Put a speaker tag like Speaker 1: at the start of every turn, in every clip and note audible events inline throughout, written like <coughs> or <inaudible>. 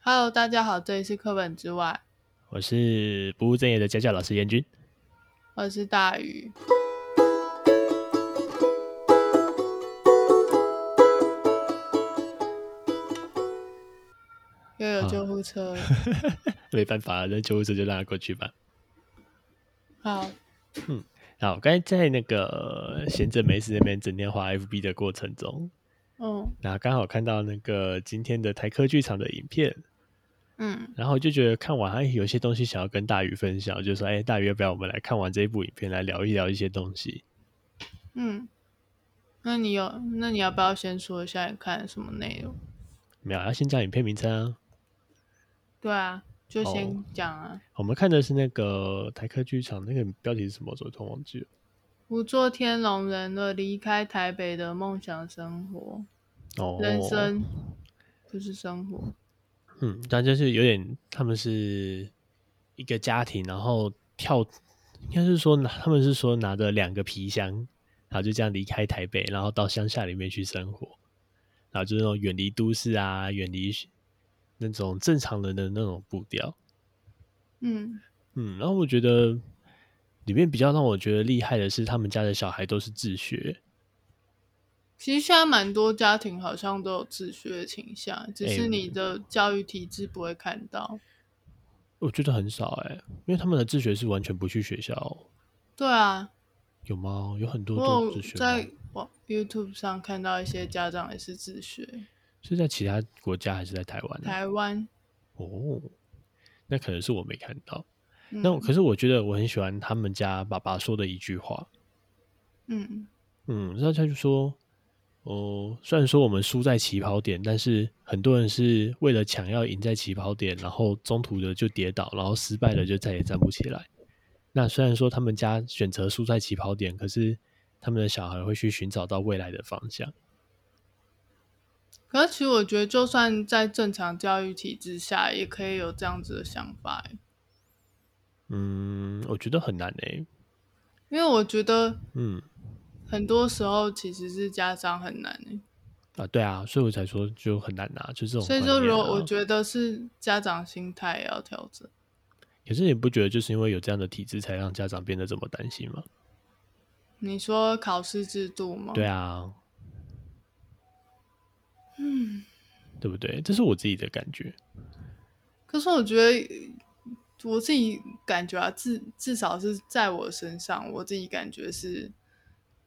Speaker 1: Hello，大家好，这里是课本之外，
Speaker 2: 我是不务正业的家教老师严君。
Speaker 1: 我是大鱼。又
Speaker 2: 啊
Speaker 1: 有救护
Speaker 2: <laughs>
Speaker 1: 车，
Speaker 2: 没办法，那救护车就让他过去吧。
Speaker 1: 好，
Speaker 2: 好，刚才在那个闲着没事那边整天滑 FB 的过程中，
Speaker 1: 嗯
Speaker 2: 然后刚好看到那个今天的台科剧场的影片，
Speaker 1: 嗯，
Speaker 2: 然后就觉得看完，哎，有些东西想要跟大鱼分享，就说，哎，大鱼要不要我们来看完这一部影片，来聊一聊一些东西？
Speaker 1: 嗯，那你有，那你要不要先说一下你看了什么内容？
Speaker 2: 没有，要先讲影片名称啊。
Speaker 1: 对啊，就先
Speaker 2: 哦
Speaker 1: 讲啊。
Speaker 2: 我们看的是那个台科剧场，那个标题是什么？我突然忘记了。
Speaker 1: 不做天龙人了，离开台北的梦想生活，
Speaker 2: 哦，
Speaker 1: 人生不是生活，
Speaker 2: 嗯，但就是有点，他们是一个家庭，然后跳，应该是说拿，他们是说拿着两个皮箱，然后就这样离开台北，然后到乡下里面去生活，然后就是那种远离都市啊，远离那种正常人的那种步调。
Speaker 1: 嗯
Speaker 2: 嗯，然后我觉得里面比较让我觉得厉害的是，他们家的小孩都是自学。
Speaker 1: 其实现在蛮多家庭好像都有自学的倾向，只是
Speaker 2: 哎
Speaker 1: 你的教育体制不会看到。
Speaker 2: 我觉得很少哎、因为他们的自学是完全不去学校，
Speaker 1: 对啊，
Speaker 2: 有吗？有很多
Speaker 1: 我
Speaker 2: 都自
Speaker 1: 有
Speaker 2: 学吗
Speaker 1: 哦在网 YouTube 上看到一些家长也是自学，
Speaker 2: 是在其他国家还是在台湾、啊？
Speaker 1: 台湾，
Speaker 2: 哦，那可能是我没看到。
Speaker 1: 嗯
Speaker 2: 那我可是我觉得我很喜欢他们家爸爸说的一句话，
Speaker 1: 嗯
Speaker 2: 嗯，那他就说，哦，虽然说我们输在起跑点，但是很多人是为了想要赢在起跑点，然后中途的就跌倒，然后失败了就再也站不起来。那虽然说他们家选择输在起跑点，可是他们的小孩会去寻找到未来的方向。
Speaker 1: 可是其实我觉得，就算在正常教育体制下，也可以有这样子的想法欸，
Speaker 2: 嗯，我觉得很难诶、
Speaker 1: 因为我觉得
Speaker 2: 嗯
Speaker 1: 很多时候其实是家长很难欸、
Speaker 2: 啊，对啊，所以我才说就很难拿，就这种、
Speaker 1: 所
Speaker 2: 观
Speaker 1: 以说
Speaker 2: 念
Speaker 1: 如
Speaker 2: 啊
Speaker 1: 果我觉得是家长心态也要调整。
Speaker 2: 可是你不觉得就是因为有这样的体制，才让家长变得这么担心吗？
Speaker 1: 你说考试制度吗？
Speaker 2: 对啊，嗯，对不对？这是我自己的感觉。
Speaker 1: 可是我觉得呃我自己感觉啊，至至少是在我身上，我自己感觉是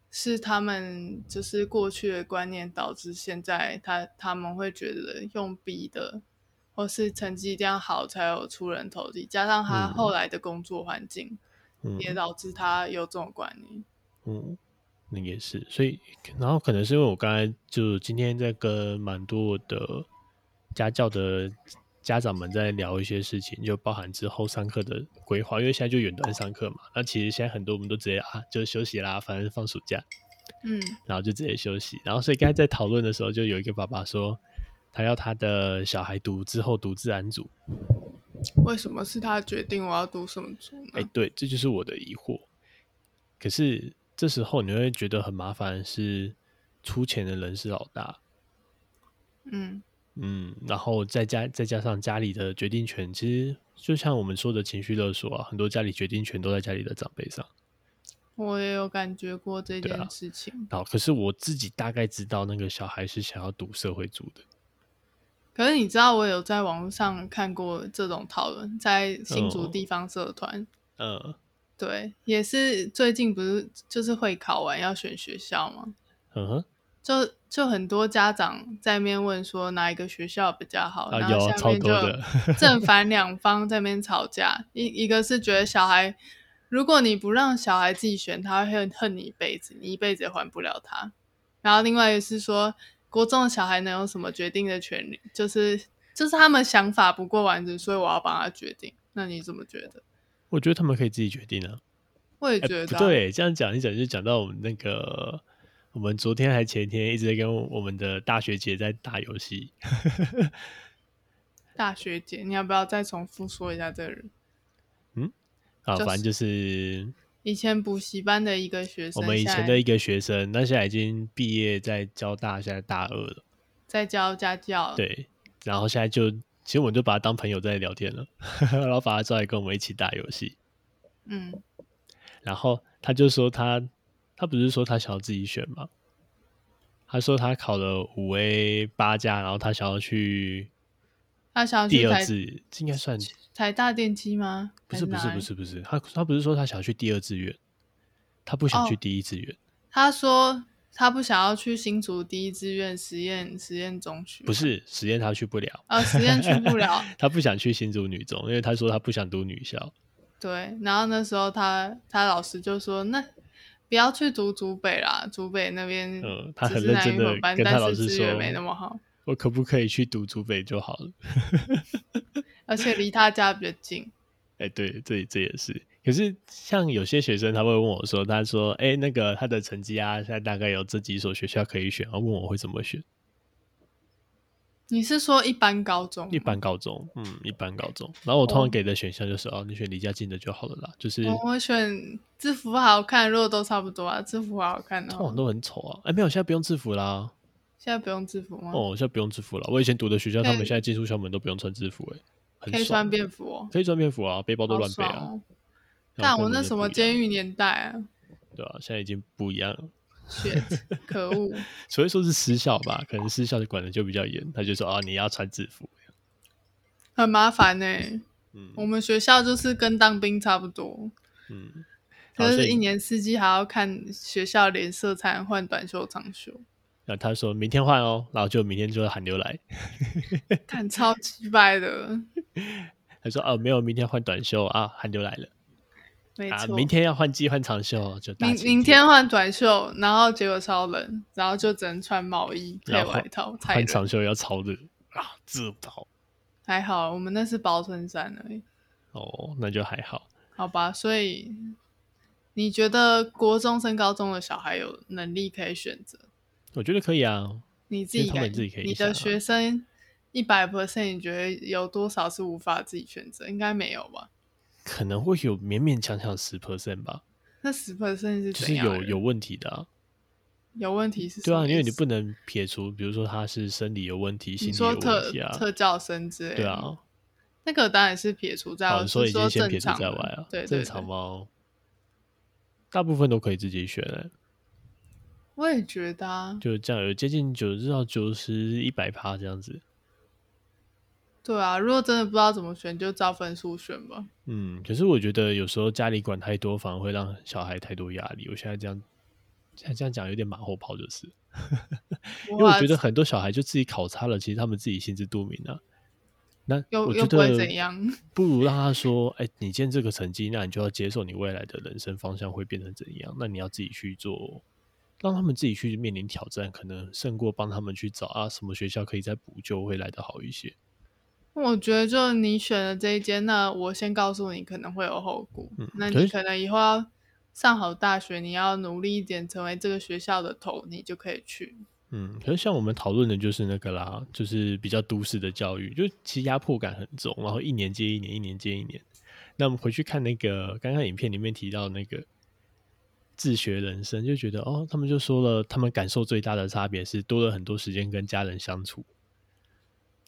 Speaker 1: 是他们就是过去的观念导致现在他他们会觉得用逼的，或是成绩一定要好才有出人头地，加上他
Speaker 2: 嗯
Speaker 1: 后来的工作环境、
Speaker 2: 嗯
Speaker 1: 也导致他有这种观念。
Speaker 2: 嗯，那也是。所以，然后可能是因为我刚才就今天在跟蛮多的家教的家长们在聊一些事情，就包含之后上课的规划，因为现在就远端上课嘛。那其实现在很多我们都直接啊，就休息啦，反正放暑假。
Speaker 1: 嗯
Speaker 2: 然后就直接休息。然后所以刚才在讨论的时候，就有一个爸爸说，他要他的小孩读之后读自然组。
Speaker 1: 为什么是他决定我要读什么组呢？
Speaker 2: 哎、对，这就是我的疑惑。可是这时候你会觉得很麻烦，是出钱的人是老大，
Speaker 1: 嗯
Speaker 2: 嗯，然后再加再加上家里的决定权，其实就像我们说的情绪勒索啊，很多家里决定权都在家里的长辈上。
Speaker 1: 我也有感觉过这
Speaker 2: 对啊
Speaker 1: 件事情。
Speaker 2: 然后可是我自己大概知道那个小孩是想要读社会组的，
Speaker 1: 可是你知道，我有在网络上看过这种讨论，在新竹
Speaker 2: 哦
Speaker 1: 地方社团，
Speaker 2: 嗯
Speaker 1: 对，也是最近不是就是会考完要选学校吗？
Speaker 2: 嗯哼，
Speaker 1: 就就很多家长在面问说哪一个学校比较好，
Speaker 2: 啊
Speaker 1: 然后
Speaker 2: 有
Speaker 1: 下
Speaker 2: 超
Speaker 1: 面就
Speaker 2: 多的
Speaker 1: 有 <laughs> 正反两方在面吵架，一一个是觉得小孩，如果你不让小孩自己选，他会恨恨你一辈子，你一辈子也还不了他。然后另外一个是说，国中的小孩能有什么决定的权利？就是就是他们想法不够完整，所以我要帮他决定。那你怎么觉得？
Speaker 2: 我觉得他们可以自己决定啊。
Speaker 1: 我也
Speaker 2: 哎，
Speaker 1: 觉得
Speaker 2: 不
Speaker 1: 啊、
Speaker 2: 对，这样讲一讲就讲到我们那个，我们昨天还前天一直在跟我们的大学姐在打游戏。
Speaker 1: 大学姐，你要不要再重复说一下这个人？
Speaker 2: 啊，
Speaker 1: 就是
Speaker 2: 反正就是
Speaker 1: 以前补习班的一个学生，
Speaker 2: 我们以
Speaker 1: 现
Speaker 2: 前
Speaker 1: 在
Speaker 2: 的一个学生，那现在已经毕业在交大，现在大二了，
Speaker 1: 在教家教，
Speaker 2: 对，然后现在就其实我们就把他当朋友在聊天了， <laughs> 然后把他抓来跟我们一起打游戏。
Speaker 1: 嗯
Speaker 2: 然后他就说他他不是说他想要自己选吗？他说他考了五 A 八加，然后他想要去
Speaker 1: 他想要去
Speaker 2: 第二
Speaker 1: 台
Speaker 2: 志，这应该算
Speaker 1: 台大电机吗？
Speaker 2: 不是
Speaker 1: 还
Speaker 2: 不是
Speaker 1: 哪
Speaker 2: 不
Speaker 1: 里
Speaker 2: 是不是，他他不是说他想要去第二志愿，他不想去
Speaker 1: 哦
Speaker 2: 第一志愿，
Speaker 1: 他说他不想要去新竹第一志愿实验实验中学，
Speaker 2: 不是实验他去不了，
Speaker 1: 啊，实验去不了。
Speaker 2: <laughs> 他不想去新竹女中，因为他说他不想读女校。
Speaker 1: 对，然后那时候他他老师就说，那不要去读竹北啦，竹北那边
Speaker 2: 嗯他
Speaker 1: 只
Speaker 2: 很
Speaker 1: 是
Speaker 2: 认
Speaker 1: 男
Speaker 2: 真
Speaker 1: 女
Speaker 2: 地
Speaker 1: 混班
Speaker 2: 跟他
Speaker 1: 但
Speaker 2: 老
Speaker 1: 是
Speaker 2: 师
Speaker 1: 资源
Speaker 2: 说
Speaker 1: 没那么好，
Speaker 2: 我可不可以去读竹北就好了？
Speaker 1: 而且离他家比较近。
Speaker 2: 哎，对，这这也是。可是像有些学生他会问我说，他说，哎，那个他的成绩啊，现在大概有这几所学校可以选，然后问我会怎么选。
Speaker 1: 你是说一般高中？
Speaker 2: 一般高中，嗯，一般高中。然后我通
Speaker 1: 哦
Speaker 2: 常给的选项就是，哦，你选离家近的就好了啦，就是
Speaker 1: 我会选制服好看，如果都差不多啊，制服好看的
Speaker 2: 通
Speaker 1: 话
Speaker 2: 常，都很丑啊。哎，没有，现在不用制服啦。
Speaker 1: 现在不用制服吗？
Speaker 2: 哦，现在不用制服了。我以前读的学校，
Speaker 1: 嗯可以
Speaker 2: 他们现在进出校门都不用穿制服、哎，很
Speaker 1: 可以
Speaker 2: 爽
Speaker 1: 穿便服哦，
Speaker 2: 可以穿便服啊，背包都
Speaker 1: 好
Speaker 2: 乱背
Speaker 1: 爽
Speaker 2: 啊。
Speaker 1: 哦！
Speaker 2: 然
Speaker 1: 但
Speaker 2: 后
Speaker 1: 我
Speaker 2: 跟
Speaker 1: 那
Speaker 2: 们
Speaker 1: 什么
Speaker 2: 不一样
Speaker 1: 监狱年代啊
Speaker 2: <laughs> 对啊，现在已经不一样了。
Speaker 1: ，shit，可恶！
Speaker 2: 所以说是私校吧，可能私校就管的就比较严，他就说啊，你要穿制服。
Speaker 1: 很麻烦呢、欸
Speaker 2: 嗯
Speaker 1: 我们学校就是跟当兵差不多，
Speaker 2: 嗯，
Speaker 1: 就
Speaker 2: 然后所
Speaker 1: 是
Speaker 2: 以
Speaker 1: 一年四季还要看学校脸色才能换短袖长袖，
Speaker 2: 然后他说明天换哦，然后就明天就寒流来。
Speaker 1: 看超级败的，
Speaker 2: 他说哦，没有，明天换短袖啊，寒流来了
Speaker 1: 没
Speaker 2: 啊，
Speaker 1: 错。
Speaker 2: 明天要换季换长袖，就大
Speaker 1: 明
Speaker 2: 晴
Speaker 1: 明天换短袖，然后结果超冷，然后就只能穿毛衣配
Speaker 2: 然后
Speaker 1: 外套，太
Speaker 2: 换
Speaker 1: 冷。
Speaker 2: 长袖要超热啊，自爆
Speaker 1: 还好我们那是薄衬衫而已，
Speaker 2: 哦，那就还好。
Speaker 1: 好吧。所以你觉得国中升高中的小孩有能力可以选择？
Speaker 2: 我觉得可以啊，
Speaker 1: 你自
Speaker 2: 因为
Speaker 1: 己
Speaker 2: 他们
Speaker 1: 感
Speaker 2: 自己可以
Speaker 1: 你
Speaker 2: 想
Speaker 1: 的
Speaker 2: 啊
Speaker 1: 学生一百 percent，你觉得有多少是无法自己选择？应该没有吧？
Speaker 2: 可能会有勉勉强强十 percent 吧，
Speaker 1: 那十 percent 是
Speaker 2: 就
Speaker 1: 怎
Speaker 2: 是
Speaker 1: 样的
Speaker 2: 有
Speaker 1: 人？
Speaker 2: 有问题的、啊。
Speaker 1: 有问题是什
Speaker 2: 对啊，
Speaker 1: 么
Speaker 2: 因为
Speaker 1: 意
Speaker 2: 你
Speaker 1: 思
Speaker 2: 不能撇除，比如说他是生理有问题、心
Speaker 1: 你
Speaker 2: 理
Speaker 1: 说
Speaker 2: 有
Speaker 1: 特
Speaker 2: 问题啊，
Speaker 1: 特教生之类的
Speaker 2: 对啊，
Speaker 1: 那个当然是撇除在
Speaker 2: 好，
Speaker 1: 外，
Speaker 2: 你
Speaker 1: 是
Speaker 2: 已经先
Speaker 1: 正
Speaker 2: 撇除
Speaker 1: 常
Speaker 2: 在
Speaker 1: 的
Speaker 2: 外啊，
Speaker 1: 对对
Speaker 2: 正
Speaker 1: 对
Speaker 2: 常猫，大部分都可以自己选、欸，
Speaker 1: 我也觉得啊，
Speaker 2: 就这样，有接近九十到九十一百趴这样子。
Speaker 1: 对啊，如果真的不知道怎么选，就照分数选吧。
Speaker 2: 嗯，可是我觉得有时候家里管太多，反而会让小孩太多压力。我现在这样，现在这样讲有点马后炮，就是，因为我
Speaker 1: 哇
Speaker 2: 觉得很多小孩就自己考差了，其实他们自己心知肚明啊。那
Speaker 1: 又
Speaker 2: 我
Speaker 1: 又
Speaker 2: 觉
Speaker 1: 不会
Speaker 2: 得
Speaker 1: 怎样
Speaker 2: 不如让他说：“哎、你今天这个成绩，那你就要接受你未来的人生方向会变成怎样？那你要自己去做，让他们自己去面临挑战，可能胜过帮他们去找啊什么学校可以再补救会来的好一些。
Speaker 1: 我觉得就你选了这一间，那我先告诉你可能会有后顾，
Speaker 2: 嗯
Speaker 1: 那
Speaker 2: 可
Speaker 1: 你
Speaker 2: 是
Speaker 1: 可能以后要上好大学，你要努力一点，成为这个学校的头，你就可以去。
Speaker 2: 嗯，可是像我们讨论的就是那个啦，就是比较都市的教育，就其实压迫感很重，然后一年接一年，一年接一年。那我们回去看那个刚刚影片里面提到那个自学人生，就觉得哦，他们就说了，他们感受最大的差别是多了很多时间跟家人相处。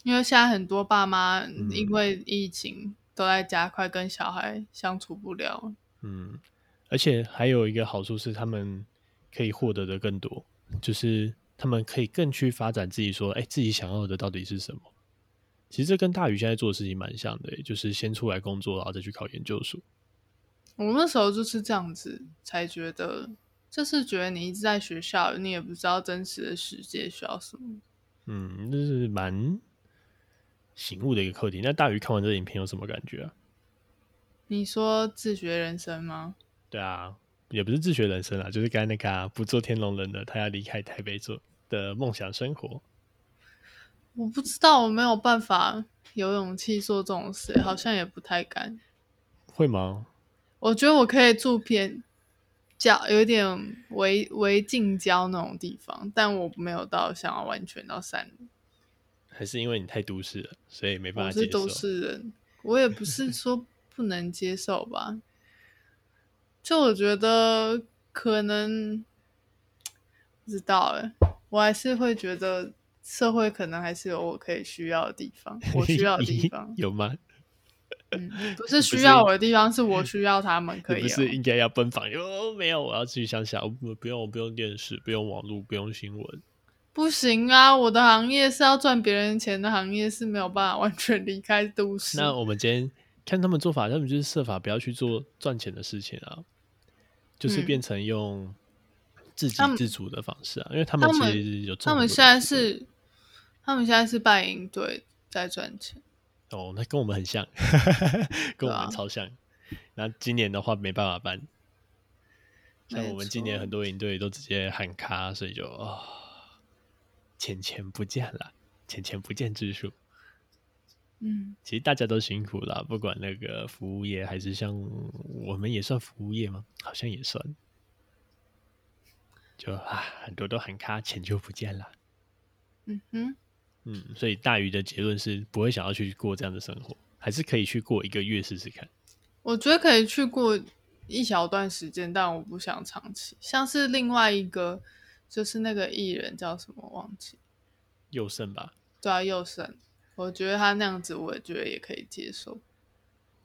Speaker 1: 因为现在很多爸妈
Speaker 2: 嗯
Speaker 1: 因为疫情都在家，快跟小孩相处不了。
Speaker 2: 嗯，而且还有一个好处是，他们可以获得的更多，就是他们可以更去发展自己，说，哎、自己想要的到底是什么。其实这跟大宇现在做的事情蛮像的、欸就是先出来工作，然后再去考研究所。
Speaker 1: 我那时候就是这样子才觉得，就是觉得你一直在学校，你也不知道真实的世界需要什么。
Speaker 2: 嗯，这是蛮醒悟的一个课题。那大宇看完这个影片有什么感觉啊？
Speaker 1: 你说自学人生吗？
Speaker 2: 对啊，也不是自学人生啊，就是刚才那个、啊、不做天龙人的，他要离开台北做的梦想生活。
Speaker 1: 我不知道，我没有办法有勇气做这种事，好像也不太敢。
Speaker 2: 会吗？
Speaker 1: 我觉得我可以住偏郊，有点违违近郊那种地方，但我没有到想要完全到山里。
Speaker 2: 还是因为你太都市了，所以没办
Speaker 1: 我
Speaker 2: 法接
Speaker 1: 是
Speaker 2: 受？
Speaker 1: 都市人，我也不是说不能接受吧。就我觉得欸可能不知道哎，我还是会觉得社会可能还是有我可以需要的地方，我需要的地方，
Speaker 2: 有吗？
Speaker 1: 嗯，不是需要我的地方，是我需要他们可
Speaker 2: 你
Speaker 1: 以、
Speaker 2: 不
Speaker 1: 哦。
Speaker 2: 是应该要奔访？哦，没有，我要去乡下，我不不用，我不用电视，不用网络，不用新闻。
Speaker 1: 不行啊！我的行业是要赚别人钱的行业，是没有办法完全离开都市。
Speaker 2: 那我们今天看他们做法，他们就是设法不要去做赚钱的事情啊，就是
Speaker 1: 嗯
Speaker 2: 变成用自给
Speaker 1: 他们
Speaker 2: 自足的方式啊，因为他们
Speaker 1: 他们
Speaker 2: 其实有做
Speaker 1: 他
Speaker 2: 很
Speaker 1: 们
Speaker 2: 多
Speaker 1: 现在
Speaker 2: 东西
Speaker 1: 是，他们现在是办营队在赚钱。
Speaker 2: 哦，那跟我们
Speaker 1: <laughs>
Speaker 2: 很像，
Speaker 1: 对
Speaker 2: 跟我
Speaker 1: 啊
Speaker 2: 们超像。那今年的话没办法办，像
Speaker 1: 没
Speaker 2: 我们今年
Speaker 1: 错
Speaker 2: 很多营队都直接喊卡，所以就啊、钱钱不见了，钱钱不见之数。
Speaker 1: 嗯，
Speaker 2: 其实大家都辛苦了，不管那个服务业还是像我们也算服务业吗？好像也算。就啊，很多都喊卡，钱就不见了。
Speaker 1: 嗯哼，
Speaker 2: 嗯，所以大鱼的结论是不会想要去过这样的生活，还是可以去过一个月试试看。
Speaker 1: 我觉得可以去过一小段时间，但我不想长期。像是另外一个，就是那个艺人叫什么忘记，
Speaker 2: 右胜吧，
Speaker 1: 对啊，佑胜，我觉得他那样子，我也觉得也可以接受。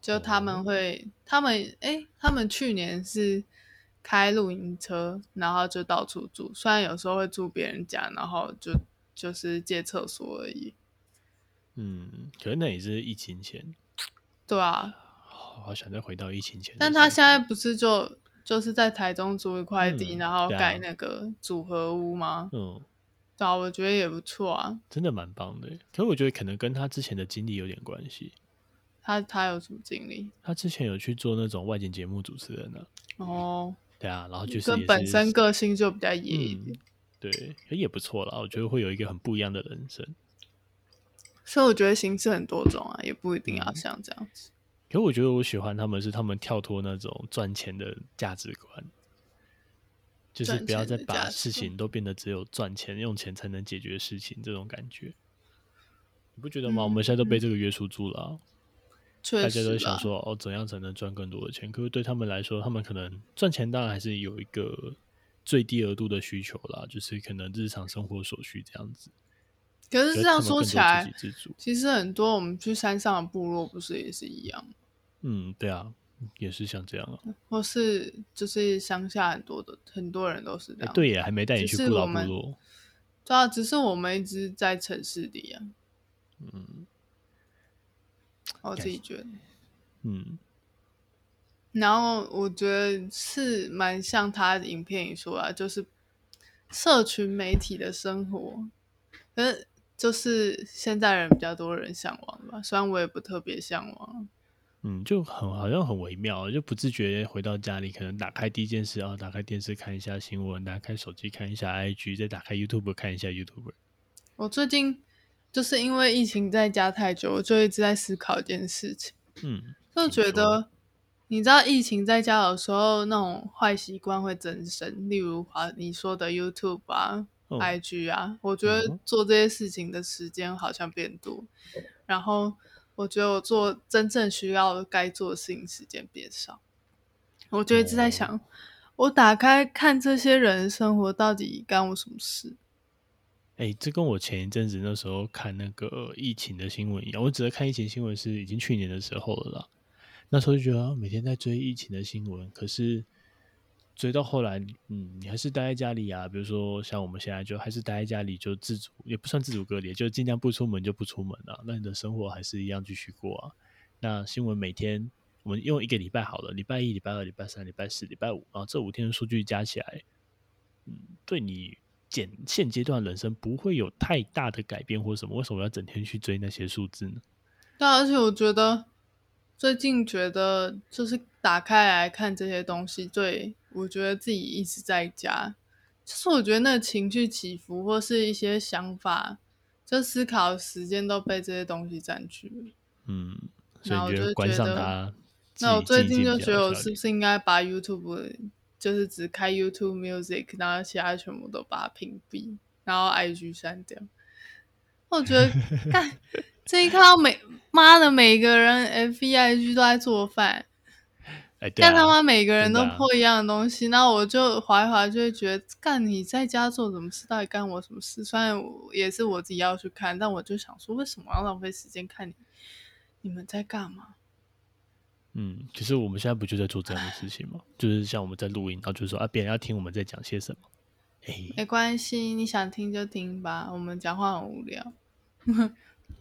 Speaker 1: 就他
Speaker 2: 哦
Speaker 1: 们会，他们诶，他们去年是开露营车，然后就到处住，虽然有时候会住别人家，然后就就是借厕所而已。
Speaker 2: 嗯，可是那也是疫情前，
Speaker 1: 对啊，
Speaker 2: 好好想再回到疫情前的
Speaker 1: 但
Speaker 2: 生活。
Speaker 1: 他现在不是就就是在台中租一块地，
Speaker 2: 嗯
Speaker 1: 然后
Speaker 2: 对啊
Speaker 1: 盖那个组合屋吗？
Speaker 2: 嗯，
Speaker 1: 对啊，我觉得也不错啊。
Speaker 2: 真的蛮棒的耶。可是我觉得可能跟他之前的经历有点关系。
Speaker 1: 他他有什么经历？
Speaker 2: 他之前有去做那种外景节目主持人呢、
Speaker 1: 哦，
Speaker 2: 对啊，然后就是也
Speaker 1: 跟
Speaker 2: 是
Speaker 1: 本身个性就比较野一点。
Speaker 2: 嗯，对，可也不错啦。我觉得会有一个很不一样的人生。
Speaker 1: 所以我觉得形式很多种啊，也不一定
Speaker 2: 嗯
Speaker 1: 要像这样子。
Speaker 2: 可我觉得我喜欢他们是他们跳脱那种赚钱的价值观，就是
Speaker 1: 赚
Speaker 2: 不要
Speaker 1: 钱
Speaker 2: 再
Speaker 1: 的价
Speaker 2: 把
Speaker 1: 值
Speaker 2: 事情都变得只有赚钱、用钱才能解决事情这种感觉。你不觉得吗？我们现在都被这个约束住了啊、
Speaker 1: 嗯确
Speaker 2: 大家
Speaker 1: 实
Speaker 2: 都
Speaker 1: 啦，
Speaker 2: 想说哦，怎样才能赚更多的钱？可是对他们来说，他们可能赚钱当然还是有一个最低额度的需求啦，就是可能日常生活所需这样子。
Speaker 1: 可是
Speaker 2: 可是
Speaker 1: 这
Speaker 2: 他
Speaker 1: 样
Speaker 2: 们
Speaker 1: 说
Speaker 2: 更
Speaker 1: 起
Speaker 2: 多
Speaker 1: 来，
Speaker 2: 自给自足。
Speaker 1: 其实很多我们去山上的部落不是也是一样，
Speaker 2: 嗯，对啊，也是像这样啊。
Speaker 1: 或是就是乡下很多的很多人都是这
Speaker 2: 哎
Speaker 1: 样。
Speaker 2: 对耶，还没带你去
Speaker 1: 啊只是
Speaker 2: 孤岛
Speaker 1: 我
Speaker 2: 部
Speaker 1: 们
Speaker 2: 落。
Speaker 1: 对啊，只是我们一直在城市里啊，
Speaker 2: 嗯
Speaker 1: 我
Speaker 2: 感
Speaker 1: 自己觉得。
Speaker 2: 嗯，
Speaker 1: 然后我觉得是蛮像他影片里说啊，就是社群媒体的生活，可是就是现在人比较多人向往吧，虽然我也不特别向往。
Speaker 2: 嗯，就很好像很微妙，就不自觉回到家里，可能打开第一件事啊，打开电视看一下新闻，打开手机看一下 IG，再打开 YouTube 看一下 YouTube。
Speaker 1: 我最近就是因为疫情在家太久，我就一直在思考一件事情，
Speaker 2: 嗯，
Speaker 1: 就
Speaker 2: 请
Speaker 1: 觉
Speaker 2: 说
Speaker 1: 得你知道疫情在家有时候那种坏习惯会增生，例如啊你说的 YouTube 啊、
Speaker 2: 嗯
Speaker 1: IG 啊，我觉得
Speaker 2: 嗯
Speaker 1: 做这些事情的时间好像变多，然后我觉得我做真正需要该做的事情时间变少，我就一直在
Speaker 2: 哦
Speaker 1: 想，我打开看这些人的生活到底干我什么事？
Speaker 2: 哎、这跟我前一阵子那时候看那个疫情的新闻一样，我只是看疫情新闻是已经去年的时候了啦。那时候就觉得啊每天在追疫情的新闻，可是追到后来，嗯，你还是待在家里啊。比如说像我们现在就还是待在家里，就自主也不算自主隔离，就尽量不出门就不出门啊。那你的生活还是一样继续过啊。那新闻每天我们用一个礼拜好了，礼拜一、礼拜二、礼拜三、礼拜四、礼拜五，然后这五天的数据加起来，嗯，对你简现阶段人生不会有太大的改变或什么，为什么要整天去追那些数字呢？
Speaker 1: 对啊，而且我觉得最近觉得就是打开来看这些东西，对我觉得自己一直在家，就是我觉得那个情绪起伏或是一些想法，就思考的时间都被这些东西占据了。
Speaker 2: 嗯，所以
Speaker 1: 那我
Speaker 2: 你
Speaker 1: 就
Speaker 2: 觉得
Speaker 1: 是
Speaker 2: 关
Speaker 1: 觉
Speaker 2: 上
Speaker 1: 得
Speaker 2: 它自己，
Speaker 1: 那我最
Speaker 2: 静
Speaker 1: 近
Speaker 2: 一静
Speaker 1: 就
Speaker 2: 比较
Speaker 1: 觉得
Speaker 2: 有
Speaker 1: 我
Speaker 2: 效
Speaker 1: 是
Speaker 2: 率
Speaker 1: 不是应该把 YouTube 就是只开 YouTube Music，然后其他全部都把它屏蔽，然后 IG 删掉。我觉
Speaker 2: <laughs>
Speaker 1: 得，看最近看到每妈的每个人 FB IG 都在做饭，
Speaker 2: 哎，对啊，
Speaker 1: 但他妈每个人
Speaker 2: 真
Speaker 1: 都
Speaker 2: 的啊
Speaker 1: 破一样的东西，那我就划一划就会觉得，干你在家做什么事，到底干我什么事？虽然我也是我自己要去看，但我就想说，为什么要浪费时间看你？你们在干嘛？
Speaker 2: 嗯，可是我们现在不就在做这样的事情吗？就是像我们在录音，然后就说啊，别人要听我们在讲些什么。哎、
Speaker 1: 没关系，你想听就听吧，我们讲话很无聊。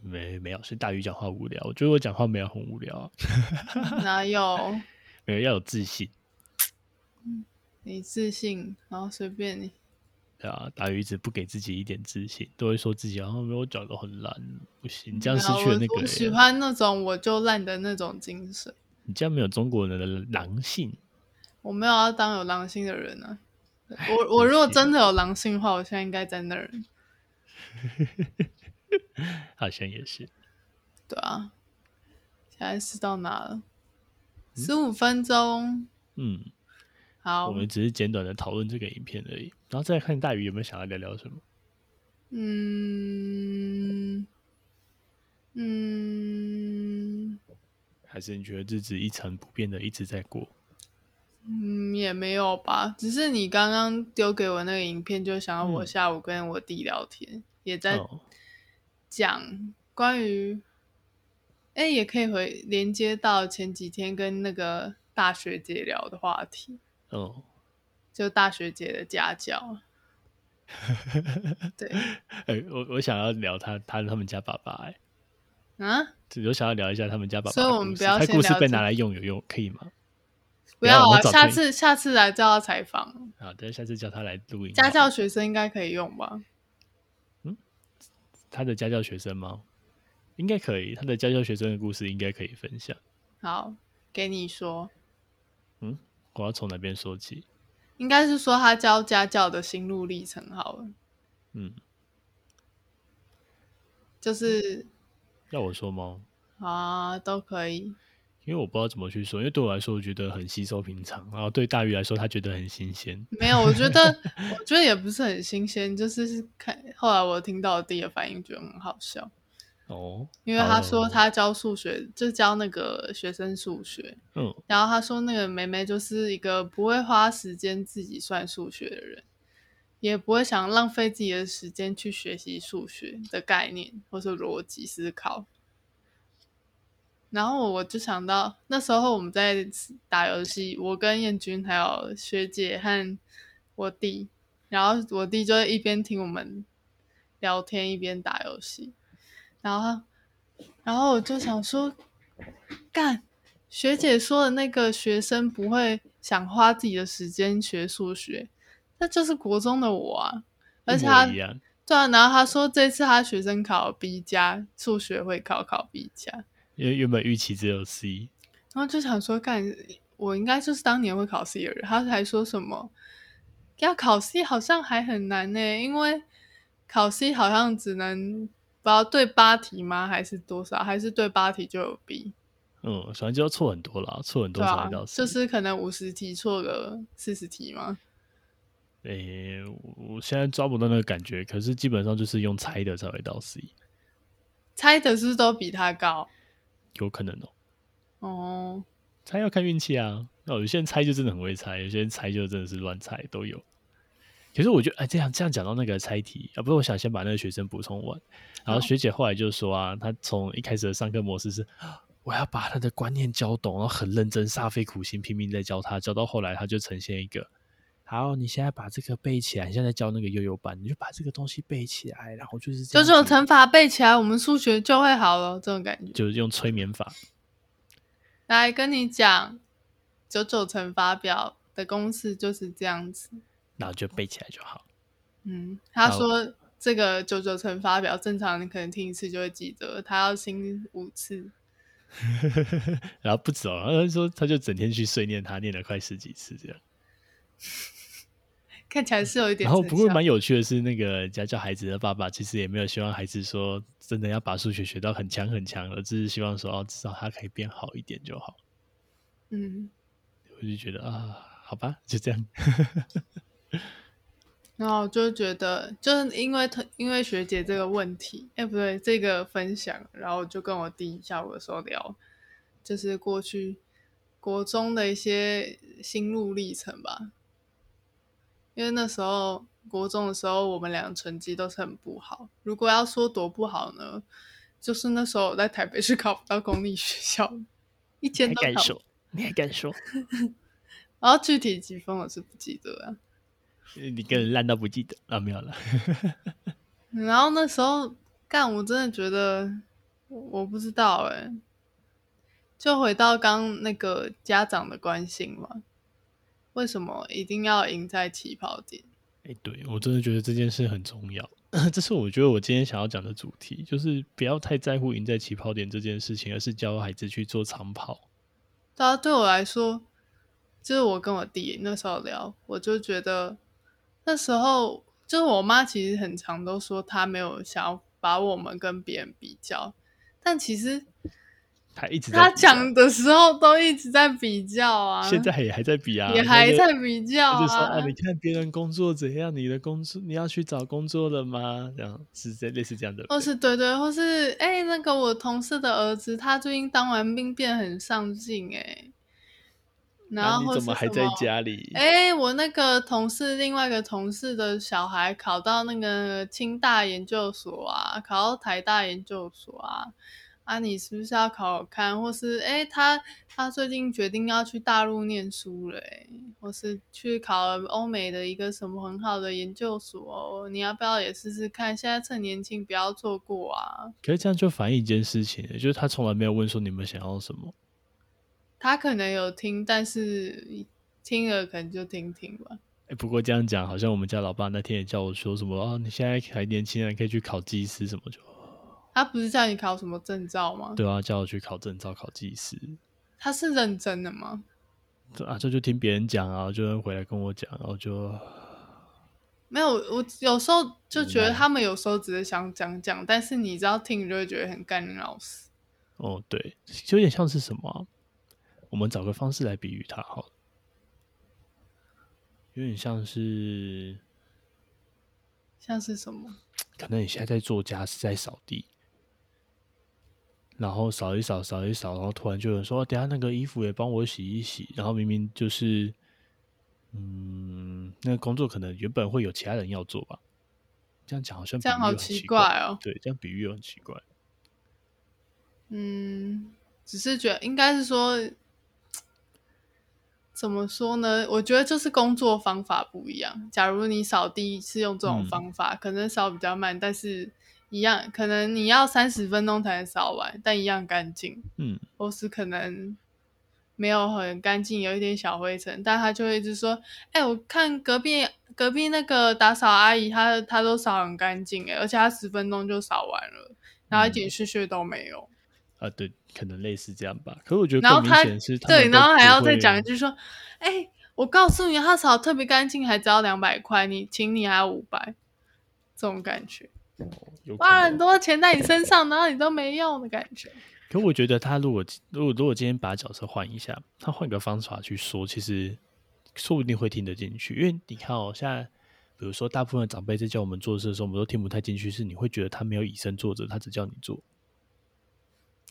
Speaker 2: 没没有，是大鱼讲话无聊。我觉得我讲话没有很无聊啊、
Speaker 1: 哪有？
Speaker 2: 没有要有自信，
Speaker 1: 你自信，然后随便你。
Speaker 2: 对啊。大鱼一直不给自己一点自信，都会说自己好像没有讲的很烂，不行，你这样失
Speaker 1: 然后
Speaker 2: 去了那
Speaker 1: 啊我我
Speaker 2: 个、
Speaker 1: 喜欢那种我就烂的那种精神，
Speaker 2: 你这样没有中国人的狼性。
Speaker 1: 我没有要当有狼性的人啊。我我如果真的有狼性的话，我现在应该在那儿，
Speaker 2: 好像也是，
Speaker 1: 对啊。现在是到哪了？十五分钟，
Speaker 2: 嗯，
Speaker 1: 好
Speaker 2: 我，们只是简短的讨论这个影片而已，然后再看大鱼有没有想要聊聊什么。
Speaker 1: 嗯嗯
Speaker 2: 还是你觉得日子一成不变的一直在过？
Speaker 1: 嗯，也没有吧。只是你刚刚丢给我那个影片，就想要我
Speaker 2: 嗯
Speaker 1: 下午跟我弟聊天，也在
Speaker 2: 哦，
Speaker 1: 讲关于，哎、也可以回连接到前几天跟那个大学姐聊的话题，
Speaker 2: 哦，
Speaker 1: 就大学姐的家
Speaker 2: <laughs>
Speaker 1: 教。对，
Speaker 2: 哎、我我想要聊他他他们家爸爸、哎，
Speaker 1: 啊，
Speaker 2: 我想要聊一下他们家爸爸的
Speaker 1: 所
Speaker 2: 故事。
Speaker 1: 以我们不要
Speaker 2: 他
Speaker 1: 先
Speaker 2: 故事
Speaker 1: 聊
Speaker 2: 被
Speaker 1: 这
Speaker 2: 拿
Speaker 1: 个
Speaker 2: 来用有用可以吗？
Speaker 1: 不要
Speaker 2: 我
Speaker 1: 啊，
Speaker 2: 找
Speaker 1: 下
Speaker 2: 朋
Speaker 1: 次下次来叫他采访，
Speaker 2: 好的，下次叫他来录音好了。
Speaker 1: 家教学生应该可以用吧？
Speaker 2: 他的家教学生吗？应该可以，他的家教学生的故事应该可以分享。
Speaker 1: 好，给你说，
Speaker 2: 我要从哪边说起？
Speaker 1: 应该是说他教家教的心路历程好了，
Speaker 2: 嗯，
Speaker 1: 就是
Speaker 2: 要我说吗？
Speaker 1: 啊都可以，
Speaker 2: 因为我不知道怎么去说，因为对我来说，我觉得很稀松平常，然后对大鱼来说，他觉得很新鲜。
Speaker 1: 没有，我觉得我觉得也不是很新鲜，就是看后来我听到我弟的反应，觉得很好笑，
Speaker 2: 哦，
Speaker 1: 因为他说
Speaker 2: 哦，
Speaker 1: 他教数学，就教那个学生数学，
Speaker 2: 嗯，
Speaker 1: 然后他说那个梅梅就是一个不会花时间自己算数学的人，也不会想浪费自己的时间去学习数学的概念或是逻辑思考。然后我就想到那时候我们在打游戏，我跟燕君还有学姐和我弟，然后我弟就会一边听我们聊天一边打游戏，然后他然后我就想说，干学姐说的那个学生不会想花自己的时间学数学，那就是国中的我啊，而且
Speaker 2: 一模
Speaker 1: 他
Speaker 2: 一样。
Speaker 1: 对啊，然后他说这次他学生考 B 加，数学会考考 B 加，
Speaker 2: 因为原本预期只有 C，
Speaker 1: 然后就想说，干，我应该就是当年会考 C 的人。他还说什么要考 C 好像还很难呢、因为考 C 好像只能不知道对八题吗？还是多少？还是对八题就有 B？
Speaker 2: 嗯，反正就要错很多啦，错很多
Speaker 1: 对
Speaker 2: 才
Speaker 1: 啊
Speaker 2: 会到，C。
Speaker 1: 就是可能五十题错个四十题吗？
Speaker 2: 诶、我我现在抓不到那个感觉，可是基本上就是用猜的才会到 C，
Speaker 1: 猜的是不是都比他高？
Speaker 2: 有可能哦、
Speaker 1: 哦，
Speaker 2: 猜要看运气啊。那有些人猜就真的很会猜，有些人猜就真的是乱猜都有。可是我觉得，哎，这样这样讲到那个猜题啊，不是，我想先把那个学生补充完。然后
Speaker 1: 好
Speaker 2: 学姐后来就说啊，她从一开始的上课模式是，我要把她的观念教懂，然后很认真、煞费苦心、拼命在教她，教到后来她就呈现一个，好，你现在把这个背起来，你现在在教那个悠悠班，你就把这个东西背起来，然后就是这
Speaker 1: 就
Speaker 2: 样
Speaker 1: 是有
Speaker 2: 子
Speaker 1: 乘法背起来，我们数学就会好了，这种感觉。
Speaker 2: 就是用催眠法，
Speaker 1: 来跟你讲，九九乘法表的公式就是这样子。
Speaker 2: 然后就背起来就好。
Speaker 1: 嗯，他
Speaker 2: 好
Speaker 1: 说这个九九乘法表正常，你可能听一次就会记得，他要听五次。
Speaker 2: 然后不止哦，然后他说他就整天去碎念他，念了快十几次这样。
Speaker 1: 看起来是有一点
Speaker 2: 然
Speaker 1: 成效。
Speaker 2: 后不过蛮有趣的是，那个家教孩子的爸爸其实也没有希望孩子说真的要把数学学到很强很强，而只是希望说哦，至少他可以变好一点就好。
Speaker 1: 嗯，
Speaker 2: 我就觉得啊，好吧，就这样。
Speaker 1: 然后我就觉得，就是因为他因为学姐这个问题，哎，不对，这个分享，然后我就跟我弟下午的时候聊，就是过去国中的一些心路历程吧。因为那时候国中的时候，我们俩成绩都是很不好。如果要说多不好呢，就是那时候我在台北 <laughs> 是考不到公立学校，一天
Speaker 3: 还
Speaker 1: 都
Speaker 3: 敢
Speaker 1: 考
Speaker 3: 说？你还敢说？
Speaker 1: 然后具体几分我是不记得了。
Speaker 2: <laughs> 你个人烂到不记得啊，没有了。
Speaker 1: 嗯然后那时候干，我真的觉得我我不知道哎、就回到刚那个家长的关心嘛，为什么一定要赢在起跑点？
Speaker 2: 哎、对我真的觉得这件事很重要， <coughs> 这是我觉得我今天想要讲的主题，就是不要太在乎赢在起跑点这件事情，而是教孩子去做长跑。
Speaker 1: 对啊，对我来说，就是我跟我弟那时候聊，我就觉得那时候就是我妈其实很常都说她没有想要把我们跟别人比较，但其实
Speaker 2: 他一直在
Speaker 1: 她
Speaker 2: 比较啊 <laughs>
Speaker 1: 讲的时候都一直在比较啊，
Speaker 2: 现在也还在比啊，
Speaker 1: 也
Speaker 2: 那
Speaker 1: 还
Speaker 2: 个
Speaker 1: 在比较
Speaker 2: 他就说
Speaker 1: 啊
Speaker 2: 啊，你，看别人工作怎样，你的工作你要去找工作了吗？这样是这类似这样的，啊
Speaker 1: 或是对对，或是哎、那个我同事的儿子他最近当完兵变很上进哎、然
Speaker 2: 啊
Speaker 1: 后、
Speaker 2: 你
Speaker 1: 或
Speaker 2: 怎
Speaker 1: 是
Speaker 2: 么还
Speaker 1: 什
Speaker 2: 在
Speaker 1: 么
Speaker 2: 家里？
Speaker 1: 哎、我那个同事，另外一个同事的小孩考到那个清大研究所啊，考到台大研究所啊，啊，你是不是要考考看？或是哎、他他最近决定要去大陆念书了、欸，或是去考欧美的一个什么很好的研究所哦、你要不要也试试看？现在趁年轻，不要错过啊！
Speaker 2: 可是这样就反映一件事情，就是他从来没有问说你们想要什么。
Speaker 1: 他可能有听，但是听了可能就听听吧。
Speaker 2: 哎，不过这样讲，好像我们家老爸那天也叫我说什么啊，你现在还年轻啊，你可以去考技师
Speaker 1: 嗯
Speaker 2: 什么就。
Speaker 1: 他不是叫你考什么证照吗？
Speaker 2: 对啊，叫我去考证照、考技师。
Speaker 1: 他是认真的吗？
Speaker 2: 对啊，这就听别人讲啊，就回来跟我讲，然后就
Speaker 1: 没有，我有时候就觉
Speaker 2: 无
Speaker 1: 得
Speaker 2: 奈
Speaker 1: 他们有时候只是想讲讲，但是你知道听，你就会觉得很干老师。
Speaker 2: 哦，对，就有点像是什么啊、我们找个方式来比喻它好了，有点像是，
Speaker 1: 像是什么？
Speaker 2: 可能你现在在做家事，在扫地，然后扫一扫，扫一扫，然后突然就有人说，哦等一下那个衣服也帮我洗一洗，然后明明就是，嗯，那个工作可能原本会有其他人要做吧，这样讲好像
Speaker 1: 这样
Speaker 2: 比喻
Speaker 1: 好
Speaker 2: 很
Speaker 1: 奇
Speaker 2: 怪
Speaker 1: 怪哦
Speaker 2: 对，这样比喻又很奇怪。
Speaker 1: 嗯，只是觉得应该是说，怎么说呢？我觉得就是工作方法不一样。假如你扫地是用这种
Speaker 2: 嗯
Speaker 1: 方法，可能扫比较慢，但是一样，可能你要三十分钟才能扫完，但一样干净。
Speaker 2: 嗯，
Speaker 1: 或是可能没有很干净，有一点小灰尘，但他就会一直说：“哎、我看隔壁隔壁那个打扫阿姨，她她都扫很干净，哎，而且她十分钟就扫完了，然后一
Speaker 2: 嗯
Speaker 1: 点屑屑都没有。
Speaker 2: 啊，对，可能类似这样吧。可是我觉得
Speaker 1: 然后
Speaker 2: 更明
Speaker 1: 他
Speaker 2: 显是他
Speaker 1: 对，
Speaker 2: 们都
Speaker 1: 然后还
Speaker 2: 不
Speaker 1: 要再
Speaker 2: 会
Speaker 1: 讲一句说：“哎、我告诉你，她扫特别干净，还只要两百块，你请你还要五百。”这种感觉，
Speaker 2: 有可
Speaker 1: 花了
Speaker 2: 能
Speaker 1: 很多钱在你身上，然后你都没用的感觉。
Speaker 2: 可我觉得他如果如果如果今天把角色换一下，他换个方法去说，其实说不定会听得进去。因为你看哦，现在比如说大部分的长辈在叫我们做事的时候，我们都听不太进去，是你会觉得他没有以身作则，他只叫你做，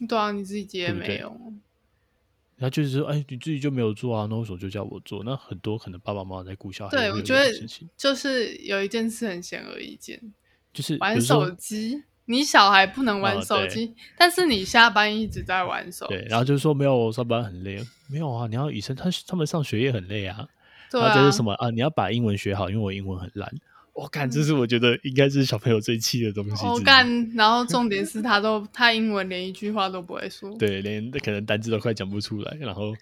Speaker 1: 对啊，你自己也
Speaker 2: 对不对
Speaker 1: 没有。
Speaker 2: 然后就是说，哎，你自己就没有做啊，那为什么就叫我做？那很多可能爸爸妈妈在顾小孩
Speaker 1: 对
Speaker 2: 也会
Speaker 1: 我
Speaker 2: 有
Speaker 1: 觉
Speaker 2: 这种
Speaker 1: 得
Speaker 2: 事情
Speaker 1: 就是有一件事很显而易见，
Speaker 2: 就是比
Speaker 1: 玩
Speaker 2: 如说
Speaker 1: 手机。你小孩不能玩
Speaker 2: 哦
Speaker 1: 手机，但是你下班一直在玩手机
Speaker 2: 对，，然后就是说没有我上班很累，没有啊，你要以身，他他们上学也很累啊。
Speaker 1: 对
Speaker 2: 然后这
Speaker 1: 啊
Speaker 2: 是，什么啊？你要把英文学好，因为我英文很烂。我干，这是我觉得应该是小朋友最气的东西之一。
Speaker 1: 我嗯哦干，然后重点是他都他英文连一句话都不会说，
Speaker 2: 对，连可能单字都快讲不出来。然后，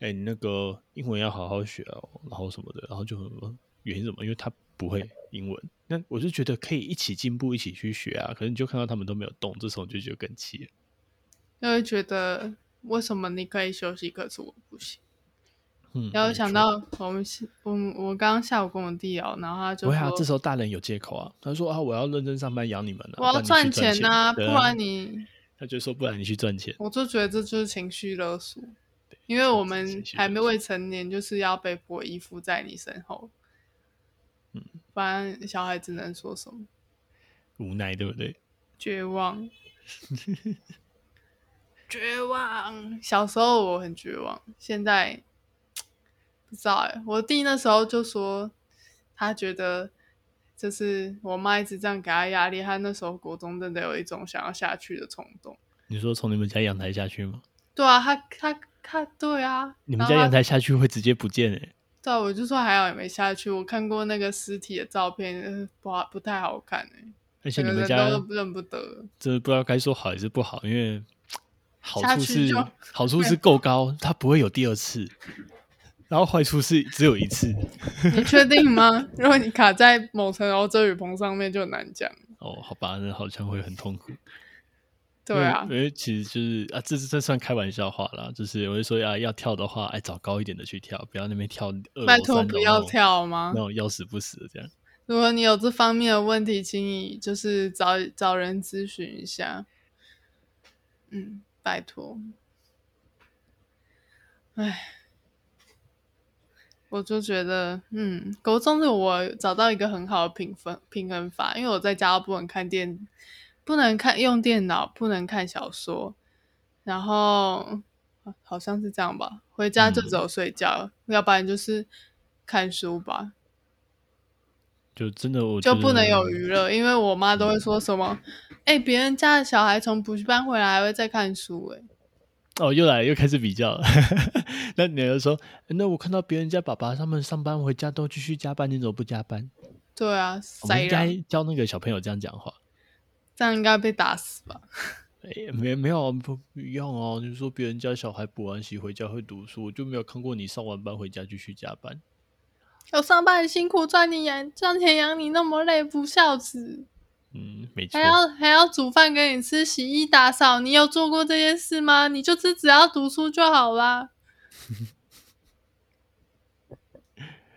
Speaker 2: 哎、你那个英文要好好学哦，然后什么的，然后就很原因是什么？因为他不会英文。那我就觉得可以一起进步，一起去学啊。可是你就看到他们都没有动，这时候我就觉得更气了。
Speaker 1: 就会觉得为什么你可以休息，可是我不行。
Speaker 2: 嗯，
Speaker 1: 然后
Speaker 2: 没
Speaker 1: 想
Speaker 2: 错
Speaker 1: 到我们是，我们我刚刚下午跟我弟聊，然后他就
Speaker 2: 不会啊，这
Speaker 1: 说
Speaker 2: 时候大人有借口啊。他说啊，我要认真上班养你们啊，
Speaker 1: 我要
Speaker 2: 不然你去赚
Speaker 1: 钱呐、不
Speaker 2: 对啊
Speaker 1: 然你
Speaker 2: 他就说不然你去赚钱。
Speaker 1: 我就觉得这就是情绪勒索，因为我
Speaker 2: 情
Speaker 1: 们
Speaker 2: 绪
Speaker 1: 还
Speaker 2: 勒
Speaker 1: 没
Speaker 2: 索
Speaker 1: 未成年，就是要被迫依附在你身后。
Speaker 2: 嗯，
Speaker 1: 不然小孩子能说什么？
Speaker 2: <laughs> 无奈，对不对？
Speaker 1: 绝望，绝望。小时候我很绝望，现在不知道哎、我弟那时候就说，他觉得就是我妈一直这样给他压力，他那时候国中真的有一种想要下去的冲动。
Speaker 2: 你说从你们家阳台下去吗？
Speaker 1: 对啊，他他他，对啊，
Speaker 2: 你们
Speaker 1: 然
Speaker 2: 家
Speaker 1: 后
Speaker 2: 阳
Speaker 1: 他
Speaker 2: 台下去会直接不见哎、
Speaker 1: 对啊，我就说还好也没下去。我看过那个尸体的照片，呃不好不太好看哎、
Speaker 2: 而且
Speaker 1: 整
Speaker 2: 你
Speaker 1: 个人
Speaker 2: 们家
Speaker 1: 都认不得了。
Speaker 2: 这不知道该说好还是不好，因为好
Speaker 1: 下
Speaker 2: 处
Speaker 1: 去
Speaker 2: 是
Speaker 1: 就
Speaker 2: 好处是够高，它不会有第二次，然后坏处是只有一次。
Speaker 1: 你确定吗？ <laughs> 如果你卡在某层楼遮雨棚上面，就很难讲。
Speaker 2: 哦，好吧，那好像会很痛苦。
Speaker 1: 对啊
Speaker 2: 因，为因为其实就是啊，这这算开玩笑话啦，就是我就说啊，要跳的话，哎，找高一点的去跳，不要那边跳二楼
Speaker 1: 拜托
Speaker 2: 三楼哦
Speaker 1: 不要
Speaker 2: 那种
Speaker 1: 跳好吗
Speaker 2: 那？种要死不死的这样。
Speaker 1: 如果你有这方面的问题，请你就是找找人咨询一下。嗯，拜托。唉，我就觉得，嗯，国中的我找到一个很好的平衡平衡法，因为我在家不能看电，不能看用电脑，不能看小说，然后好好像是这样吧。回家就
Speaker 2: 嗯
Speaker 1: 只有睡觉，要不然就是看书吧。
Speaker 2: 就真的我
Speaker 1: 就
Speaker 2: 觉
Speaker 1: 不能
Speaker 2: 得
Speaker 1: 有娱乐，因为我妈都会说什么：“哎、别人家的小孩从补习班回来还会再看书、欸，
Speaker 2: 哦，又来又开始比较了。 <laughs> 那你就说，那我看到别人家爸爸他们上班回家都继续加班，你怎么不加班？
Speaker 1: 对啊，
Speaker 2: 我们
Speaker 1: 塞
Speaker 2: 应
Speaker 1: 了
Speaker 2: 该，教那个小朋友这样讲话。
Speaker 1: 这样应该被打死吧？
Speaker 2: 哎，没没有啊不不一样哦，就是说别人家小孩补完习回家会读书，我就没有看过你上完班回家继续加班。
Speaker 1: 有上班很辛苦，赚你养赚钱养你那么累，不孝子，
Speaker 2: 嗯，没错
Speaker 1: 还。要还要煮饭给你吃，洗衣打扫，你有做过这件事吗？你就只只要读书就好啦。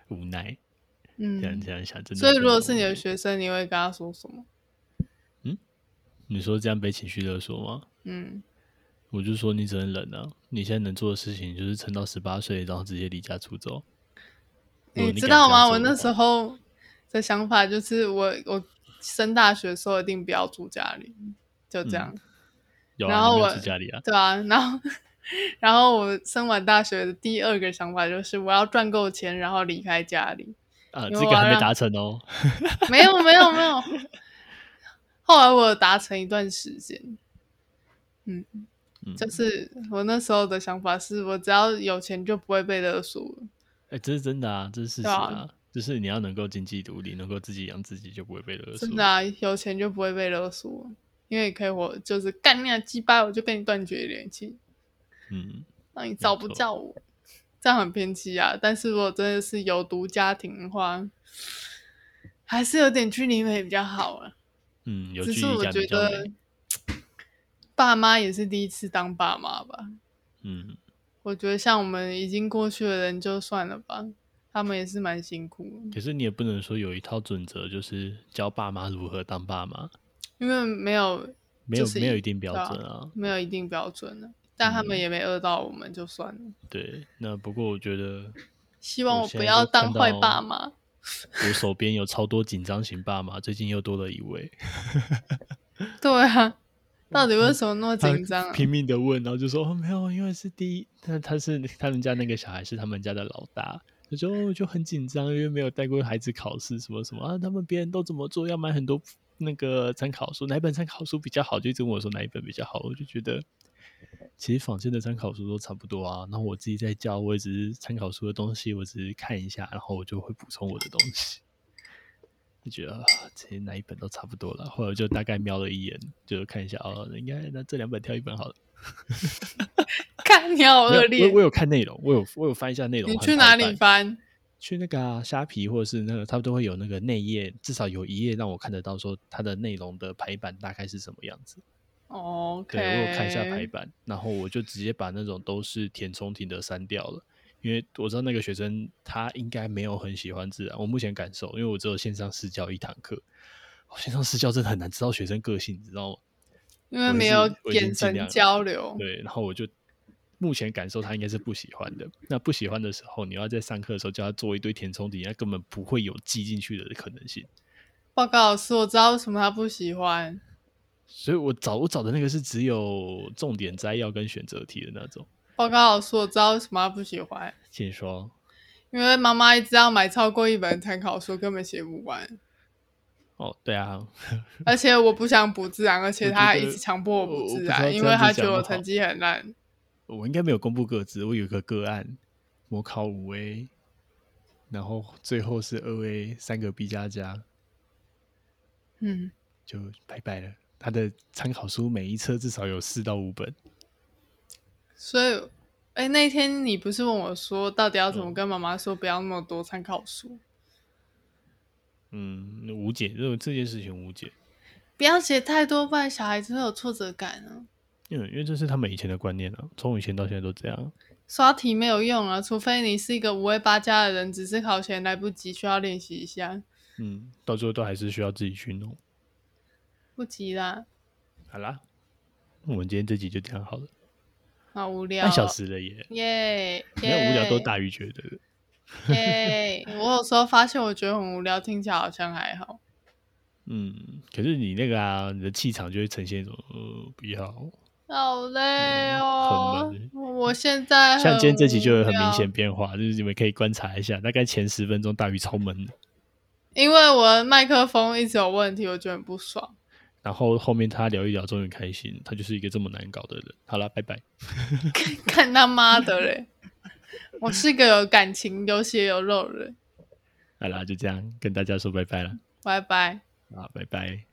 Speaker 2: 无奈，这样
Speaker 1: 嗯，
Speaker 2: 这样想，真的。
Speaker 1: 所以如果
Speaker 2: 真
Speaker 1: 是
Speaker 2: 无
Speaker 1: 你的
Speaker 2: 奈
Speaker 1: 学生，你会跟他说什么？
Speaker 2: 你说这样被情绪勒索吗？
Speaker 1: 嗯，
Speaker 2: 我就说你只能忍啊！你现在能做的事情就是撑到十八岁，然后直接离家出走。如果
Speaker 1: 你
Speaker 2: 你
Speaker 1: 知
Speaker 2: 敢这
Speaker 1: 道
Speaker 2: 样
Speaker 1: 吗？
Speaker 2: 做
Speaker 1: 我
Speaker 2: 的
Speaker 1: 那
Speaker 2: 话
Speaker 1: 时候的想法就是我，我升大学的时候一定不要住家里，就这
Speaker 2: 嗯
Speaker 1: 样，
Speaker 2: 有啊，
Speaker 1: 然后
Speaker 2: 你没
Speaker 1: 我
Speaker 2: 有住家里啊，
Speaker 1: 对啊，然后，然后我升完大学的第二个想法就是我要赚够钱，然后离开家里。
Speaker 2: 啊，
Speaker 1: 因为
Speaker 2: 这个
Speaker 1: 我
Speaker 2: 还
Speaker 1: 要
Speaker 2: 没
Speaker 1: 让
Speaker 2: 达成哦。
Speaker 1: 没有，没有，没有。后来我有达成一段时间，嗯，
Speaker 2: 嗯，
Speaker 1: 就是我那时候的想法是我只要有钱就不会被勒索了。
Speaker 2: 哎、这是真的啊，这是事实
Speaker 1: 对啊
Speaker 2: 啊，就是你要能够经济独立，能够自己养自己，就不会被勒索。
Speaker 1: 真的啊，有钱就不会被勒索，因为可以我就是干那鸡巴，我就跟你断绝联系，
Speaker 2: 嗯，
Speaker 1: 让你找不
Speaker 2: 没错
Speaker 1: 到我，这样很偏激啊。但是如果真的是有毒家庭的话，还是有点距离美比较好啊。
Speaker 2: 嗯，有
Speaker 1: 只
Speaker 2: 距
Speaker 1: 是
Speaker 2: 离
Speaker 1: 我
Speaker 2: 感
Speaker 1: 觉
Speaker 2: 比较
Speaker 1: 得
Speaker 2: 美。
Speaker 1: 爸妈也是第一次当爸妈吧，
Speaker 2: 嗯，
Speaker 1: 我觉得像我们已经过去的人就算了吧，他们也是蛮辛苦的，
Speaker 2: 可是你也不能说有一套准则，就是教爸妈如何当爸妈，
Speaker 1: 因为没有
Speaker 2: 没
Speaker 1: 就
Speaker 2: 有、
Speaker 1: 是
Speaker 2: 没有
Speaker 1: 一
Speaker 2: 一定标
Speaker 1: 对啊
Speaker 2: 准啊。
Speaker 1: 没有一定标准的，但他们
Speaker 2: 嗯
Speaker 1: 也没饿到我们就算了。
Speaker 2: 对，那不过我觉得
Speaker 1: 希望
Speaker 2: 我
Speaker 1: 我不
Speaker 2: 现在
Speaker 1: 要
Speaker 2: 都看
Speaker 1: 当坏
Speaker 2: 到
Speaker 1: 爸妈。 <laughs>
Speaker 2: 我手边有超多紧张型爸妈，最近又多了一位，
Speaker 1: 对啊，到底为什么那么紧张
Speaker 2: 他
Speaker 1: 啊？ <laughs>
Speaker 2: 拼命的问，然后就说哦没有，因为是第一，他他是他们家那个小孩是他们家的老大，他说哦我就很紧张，因为没有带过孩子考试什么什么啊，他们别人都怎么做，要买很多那个参考书，哪一本参考书比较好，就一直问我说哪一本比较好，我就觉得。其实坊间的参考书都差不多啊，那我自己在教，我也只是参考书的东西，我只是看一下，然后我就会补充我的东西。就觉得啊，这些哪一本都差不多了，后来我就大概瞄了一眼，就看一下哦，应该那这两本挑一本好了。
Speaker 1: 看你好
Speaker 2: 没有
Speaker 1: 恶劣
Speaker 2: 我，我有看内容，我有我有翻一下内容。
Speaker 1: 你
Speaker 2: 很
Speaker 1: 去
Speaker 2: 排
Speaker 1: 哪
Speaker 2: 版
Speaker 1: 里翻？
Speaker 2: 去那个、啊、虾皮或者是那个，他们都会有那个内页，至少有一页让我看得到，说它的内容的排版大概是什么样子。
Speaker 1: 哦，OK，
Speaker 2: 对我有看一下排版，然后我就直接把那种都是填充题的删掉了，因为我知道那个学生他应该没有很喜欢自然。我目前感受，因为我只有线上私教一堂课，哦线上私教真的很难知道学生个性，你知道吗？
Speaker 1: 因为
Speaker 2: 我
Speaker 1: 没
Speaker 2: 是
Speaker 1: 有
Speaker 2: 我已经
Speaker 1: 眼
Speaker 2: 尽量
Speaker 1: 神
Speaker 2: 了
Speaker 1: 交流。
Speaker 2: 对，然后我就目前感受他应该是不喜欢的。那不喜欢的时候，你要在上课的时候叫他做一堆填充题，他根本不会有记进去的可能性。
Speaker 1: 报告老师，我知道为什么他不喜欢，
Speaker 2: 所以我找我找的那个是只有重点摘要跟选择题的那种。
Speaker 1: 报告老师，我知道为什么他不喜欢，
Speaker 2: 请说，
Speaker 1: 因为妈妈一直要买超过一本参考书，根本写不完。
Speaker 2: 哦，对啊，
Speaker 1: 而且我不想补自然，而且
Speaker 2: 我觉
Speaker 1: 他还一
Speaker 2: 得
Speaker 1: 直强迫我
Speaker 2: 我
Speaker 1: 补
Speaker 2: 我
Speaker 1: 自
Speaker 2: 不知道
Speaker 1: 然，因
Speaker 2: 这
Speaker 1: 为
Speaker 2: 样子
Speaker 1: 他觉
Speaker 2: 讲
Speaker 1: 得我
Speaker 2: 不好
Speaker 1: 成绩很烂。
Speaker 2: 我应该没有公布个资，我有一个个案，模考五 A，然后最后是二 A，三个 B 加加，
Speaker 1: 嗯，
Speaker 2: 就拜拜了。他的参考书每一册至少有四到五本，
Speaker 1: 所以，哎、那天你不是问我说，到底要怎么
Speaker 2: 嗯
Speaker 1: 跟妈妈说不要那么多参考书，
Speaker 2: 嗯，无解，这这件事情无解，
Speaker 1: 不要写太多，不然小孩子会有挫折感啊。
Speaker 2: 因为因为这是他们以前的观念啊，从以前到现在都这样。
Speaker 1: 刷题没有用啊，除非你是一个五味八家的人，只是考前来不及，需要练习一下，
Speaker 2: 嗯，到最后都还是需要自己去弄。
Speaker 1: 不急啦，
Speaker 2: 好啦，我们今天这集就这样好了，
Speaker 1: 好无聊、
Speaker 2: 半小，时了耶，
Speaker 1: 耶，
Speaker 2: <laughs> 没有无聊都
Speaker 1: 耶
Speaker 2: 大于觉得的。 <laughs>
Speaker 1: 耶！我有时候发现，我觉得很无聊，听起来好像还好。
Speaker 2: 嗯，可是你那个啊，你的气场就会呈现一种呃，不要。
Speaker 1: 好累
Speaker 2: 嗯
Speaker 1: 哦
Speaker 2: 很，
Speaker 1: 我我现在
Speaker 2: 像今天这集就有
Speaker 1: 有
Speaker 2: 很明显，变化，就是你们可以观察一下，大概前十分钟大鱼超闷的，
Speaker 1: 因为我的麦克风一直有问题，我觉得很不爽。 <laughs>
Speaker 2: 然后后面他聊一聊，终于开心，他就是一个这么难搞的人。好了，拜拜。
Speaker 1: 看他妈的嘞！我是个有感情、有血有肉的人。
Speaker 2: 好啦，就这样跟大家说拜拜了，
Speaker 1: 拜拜。
Speaker 2: 啊，拜拜。